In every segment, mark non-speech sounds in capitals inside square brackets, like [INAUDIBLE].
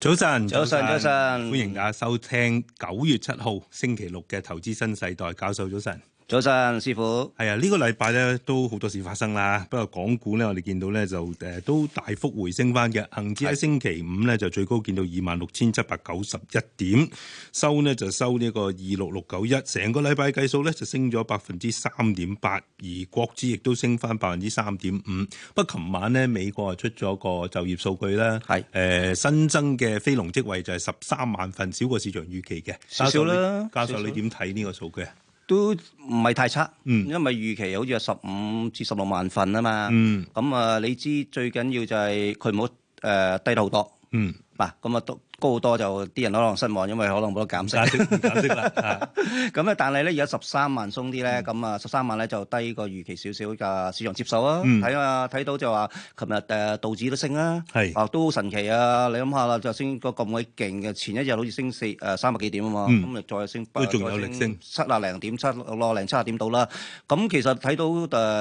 早晨，早晨早晨歡迎大家收聽九月七號星期六嘅投資新世代。教授早晨，早晨，師傅。係啊，呢個禮拜咧都好多事發生啦。不過港股咧，我哋見到咧就誒都大幅回升翻嘅。恒指喺星期五咧就最高見到二萬六千七百九十一點，收呢就收呢個二六六九一。成個禮拜計數咧就升咗百分之三點八，而國指亦都升翻百分之三點五。不過琴晚咧美國啊出咗個就業數據啦，係誒、新增嘅非農職位就係十三萬份，少過市場預期嘅。少少啦教授少少你點睇呢個數據啊？都唔係太差，嗯因為預期好似係十五至十六萬份啊嘛。嗯咁啊、你知最緊要就係佢唔好誒低得好多。 [LAUGHS] 嗯。嗱，咁啊都高好多就啲人可能失望，因為可能冇得減息。解釋唔解釋啦。啊 [LAUGHS] 咁咧，但係咧而家十三萬鬆啲咧，咁啊十三萬咧就低過預期少少嘅市場接受啊。嗯睇啊睇到就話，琴日誒道指都升啦，係啊都好神奇啊！你諗下啦，就升個咁鬼勁嘅，前一日好似升四誒三百幾點啊嘛，嗯咁啊再升都仲有力升七啊零點七六零七啊點到啦。咁其實睇到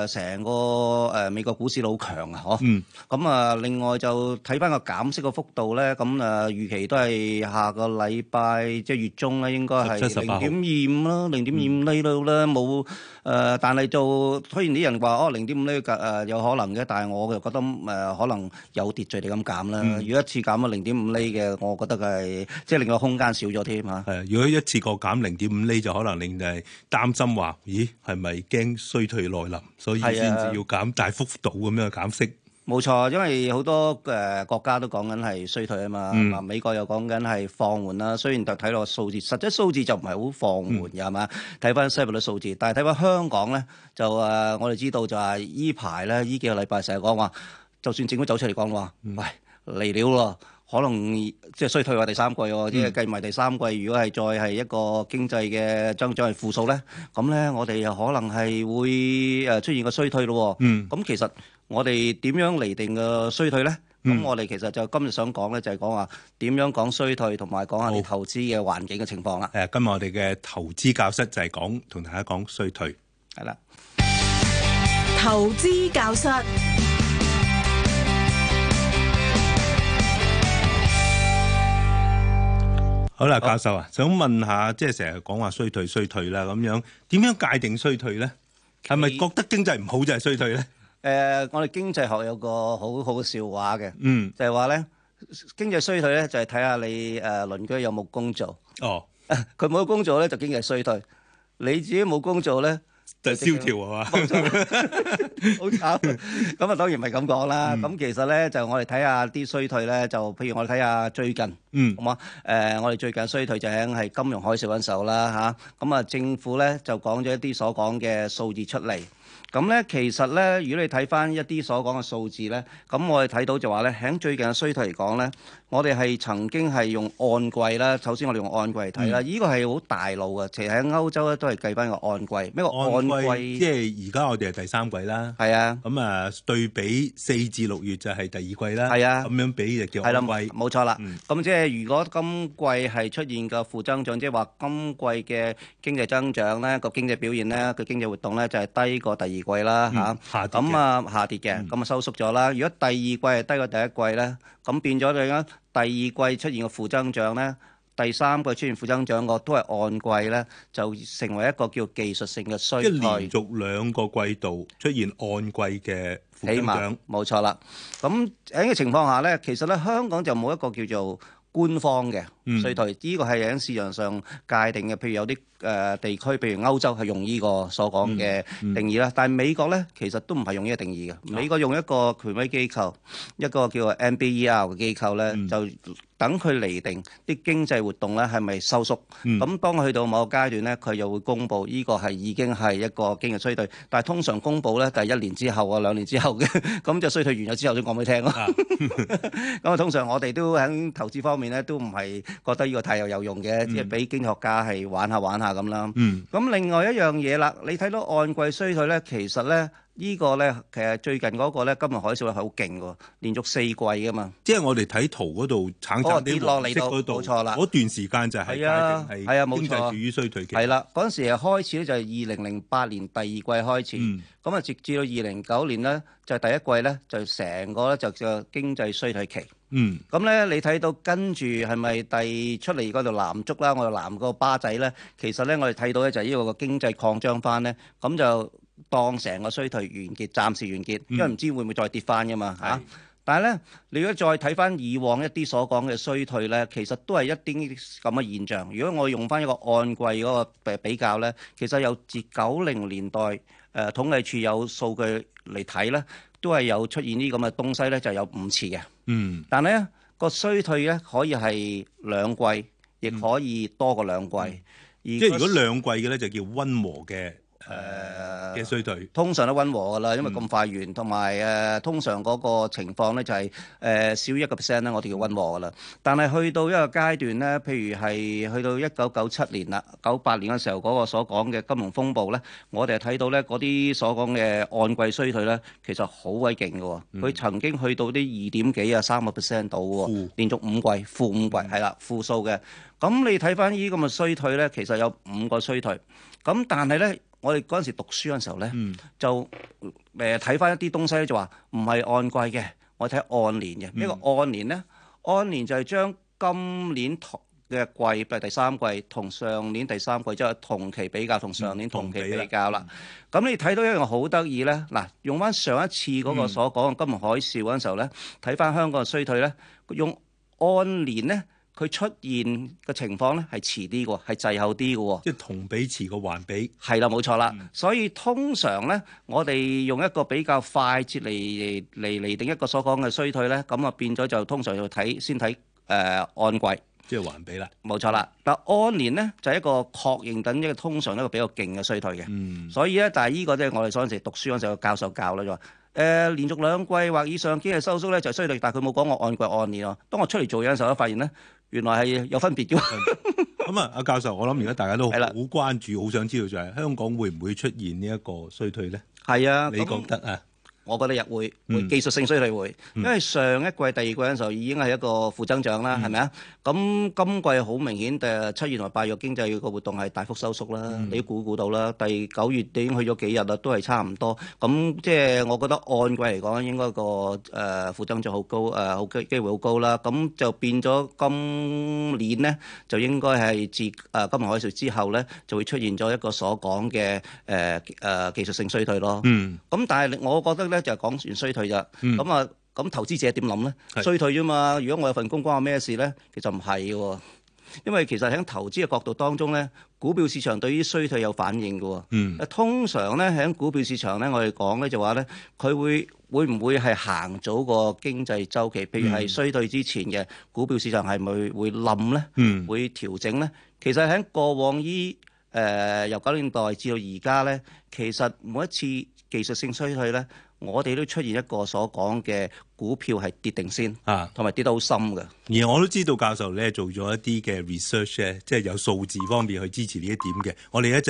誒成個誒美國股市都好強啊，嗬。嗯咁啊，另外就睇翻個減息個幅度咧，咁啊預期都係下個禮拜即係月中咧，應該係17 18號零點二五啦，零點二五厘度啦，冇誒、呃但係就雖然啲人話哦零點五厘嘅誒有可能嘅，但係我就覺得誒、呃可能有秩序地咁減啦。如果一次減到零點五厘嘅，我覺得係即係令個空間少咗添嚇。係啊，如果一次過減零點五厘，就可能令人擔心話，咦，係咪驚衰退來臨，所以係啊先至要減大幅度咁樣減息？冇錯，因為好多誒、呃、國家都講緊係衰退啊嘛，嗯嗱、美國又講緊係放緩啦。雖然就睇落數字，實際數字就唔係好放緩嘅係嘛？睇翻西部嘅數字，但係睇翻香港咧，就誒、呃我哋知道就係依排咧，依幾個禮拜成日講話，就算政府走出嚟講話，嗯喂嚟料咯。可能即係衰退喎，第三季喎，嗯即係計埋第三季，如果係再係一個經濟嘅增長係負數咧，咁咧我哋又可能係會誒出現個衰退咯喎。嗯咁其實我哋點樣嚟定嘅衰退咧？咁、嗯我哋其實就今日想講咧，就係講話點樣講衰退，同埋講下你好投資嘅環境嘅情況啦。誒，啊今日我哋嘅投資教室就係講同大家講衰退。係啦，投資教室，好啦，好教授啊，想問下，即係成日講話衰退衰退啦，咁樣點樣界定衰退咧？係咪其覺得經濟唔好就係衰退咧？誒、我哋經濟學有個好好嘅笑話嘅，嗯，就係話咧經濟衰退咧，就係睇下你誒、鄰居有冇工做， [LAUGHS] 哦，佢冇工做咧就經濟衰退，你自己冇工做咧。就係蕭條係嘛？ [LAUGHS] 冇錯，好慘。咁啊，當然唔係咁講啦。咁、其實咧，就我哋睇下啲衰退咧，就譬如我哋睇下最近，嗯好嘛？誒、我哋最近衰退就喺係金融海嘯嗰手啦吓，咁啊，政府咧就講咗一啲所講嘅數字出嚟。咁咧，其實咧，如果你睇翻一啲所講嘅數字咧，咁我哋睇到就話咧，喺最近嘅衰退嚟講咧，我哋係曾經係用按季啦。首先我哋用按季嚟睇啦，呢個係好大路嘅。其實喺歐洲咧都係計翻個按季，咩叫按按季季即？係而家我哋係第三季啦。係啊，咁啊，對比四至六月就係第二季啦，係啊咁樣比就叫係啦，按冇季，冇錯啦嗯。咁即係如果今季係出現嘅負增長，即係話今季嘅經濟增長咧，個經濟表現咧，個經濟活動咧就係低過第二季啦嗯下嚇。跌嘅嗯咁啊下跌嘅，咁啊收縮咗啦。如果第二季係低過第一季咧，咁變咗你講第二季出現嘅負增長咧。第三季出現負增長個都係按季咧，就成為一個叫技術性嘅衰即退。係連續兩個季度出現按季嘅負起增碼長。冇錯啦。咁喺呢個情況下咧，其實咧香港就冇一個叫做官方嘅嗯衰退，呢個係喺市場上界定嘅。譬如有啲誒、呃地區，譬如歐洲係用呢個所講嘅嗯定義啦，但係美國咧其實都唔係用呢個定啊義嘅。美國用一個權威機構，一個叫做 NBER 嘅機構咧，就等佢釐定啲經濟活動咧係咪收縮。嗯咁當佢去到某個階段咧，佢又會公布呢個係已經係一個經濟衰退，但係通常公布咧就係一年之後啊、兩年之後嘅， [LAUGHS] 咁就衰退完咗之後先講俾你聽咯。啊 [LAUGHS] 咁啊，通常我哋都喺投資方面咧，都唔係覺得呢個太有有用嘅，即係俾經濟學家係玩下玩下咁啦。嗯咁另外一樣嘢啦，你睇到按季衰退咧，其實咧呢個咧其實最近嗰個咧金融海嘯係好勁喎，連續四季噶嘛。即係我哋睇圖嗰度橙橙哦啲跌落嚟黃色嗰度，到冇錯啦嗰段時間就係係啊界定係啊係冇經濟錯處於衰退期。係啦，嗰陣時係開始咧就係二零零八年第二季開始，嗯咁啊、直至到二零九年咧就係第一季咧就成個咧就叫經濟衰退期。嗯，咁咧，你睇到跟住係咪第出嚟嗰度南竹啦，我哋南個巴仔咧，其實咧我哋睇到咧就係呢個經濟擴張翻咧，咁就當成個衰退完結，暫時完結，因為唔知會唔會再跌翻噶嘛嚇。係但係咧，你如果再睇翻以往一啲所講嘅衰退咧，其實都係一啲咁嘅現象。如果我用翻一個按季嗰個比比較咧，其實有自九零年代誒、呃、統計處有數據嚟睇咧，都係有出現呢啲咁嘅東西咧，就有五次嘅。嗯，但係咧個衰退咧可以係兩季，亦可以多過兩季。而嗯即係個如果兩季嘅咧就叫温和嘅誒誒嘅衰退。通常都温和噶啦，因為咁快完，同埋誒呃通常嗰個情況咧就係、誒、少於一個 percent 咧，我哋叫温和噶啦。但係去到一個階段咧，譬如係去到一九九七年啦、九八年嘅時候嗰個所講嘅金融風暴咧，我哋係睇到咧嗰啲所講嘅按季衰退咧，其實好鬼勁嘅喎。佢曾經去到啲二點幾啊、三個 percent 到嘅負喎，連續五季負五季係啦，負數嘅。咁你睇翻呢啲咁嘅衰退咧，其實有五個衰退。咁但係咧，我哋嗰陣時讀書嘅時候咧。嗯，就誒睇翻一啲東西咧，就話唔係按季嘅，我睇按年嘅。呢個按年咧，按年就係將今年同嘅季，譬如第三季同上年第三季，即係同期比較，同上年嗯同期比較啦。咁你睇到一樣好得意咧，嗱，用翻上一次嗰個所講嘅金融海嘯嗰陣時候咧，睇翻香港嘅衰退咧，用按年咧，佢出現嘅情況咧係遲啲嘅喎，係滯後啲嘅喎。即係同比遲過環比。係啦，冇錯啦。所以通常咧，我哋用一個比較快捷嚟嚟嚟定一個所講嘅衰退咧，咁啊變咗就通常要睇先睇誒、呃按季，即係環比啦，冇錯啦。但按年咧就係一個確認等一個通常一個比較勁嘅衰退嘅。嗯，所以咧，但係呢個即係我哋嗰陣時讀書嗰陣時，個教授教啦，就話誒、連續兩季或以上經濟收縮咧就係衰退，但係佢冇講我按季按年咯。當我出嚟做嘢嘅時候咧，發現咧原來係有分別嘅喎。咁啊，阿教授，我諗而家大家都好係啦關注，好想知道就係香港會唔會出現呢一個衰退咧？係啊， [LAUGHS] 你覺得啊？我覺得日會嗯會技術性衰退會，因為上一季、第二季嗰陣時候已經係一個負增長啦，係咪啊？咁今季好明顯誒七月同埋八月經濟個活動係大幅收縮啦，你都估估到啦。第九月已經去咗幾日啦，都係差唔多。咁即係我覺得按季嚟講，應該個誒負增長好高誒，好、機機會好高啦。咁就變咗今年呢，就應該係自誒、呃金融海嘯之後呢，就會出現咗一個所講嘅誒誒技術性衰退咯。嗯，咁但係我覺得咧就係講完衰退咋，咁啊咁投資者點諗係咧？衰退啫嘛，如果我有份工關我咩事咧？其實唔係嘅喎，因為其實喺投資嘅角度當中咧，股票市場對於衰退有反應嘅喎。嗯，通常咧喺股票市場咧，我哋講咧就話咧，佢會會唔會係行早個經濟周期？譬如嗯係衰退之前嘅股票市場係咪會冧咧？嗯，會調整咧？其實喺過往依誒、呃由九零代至到而家咧，其實每一次技術性衰退咧，我哋都出現一個所講嘅股票係跌定先，啊。同埋跌得好深嘅。而我都知道教授咧做咗一啲嘅 research 咧，即係有數字方面去支持呢一點嘅。我哋一陣。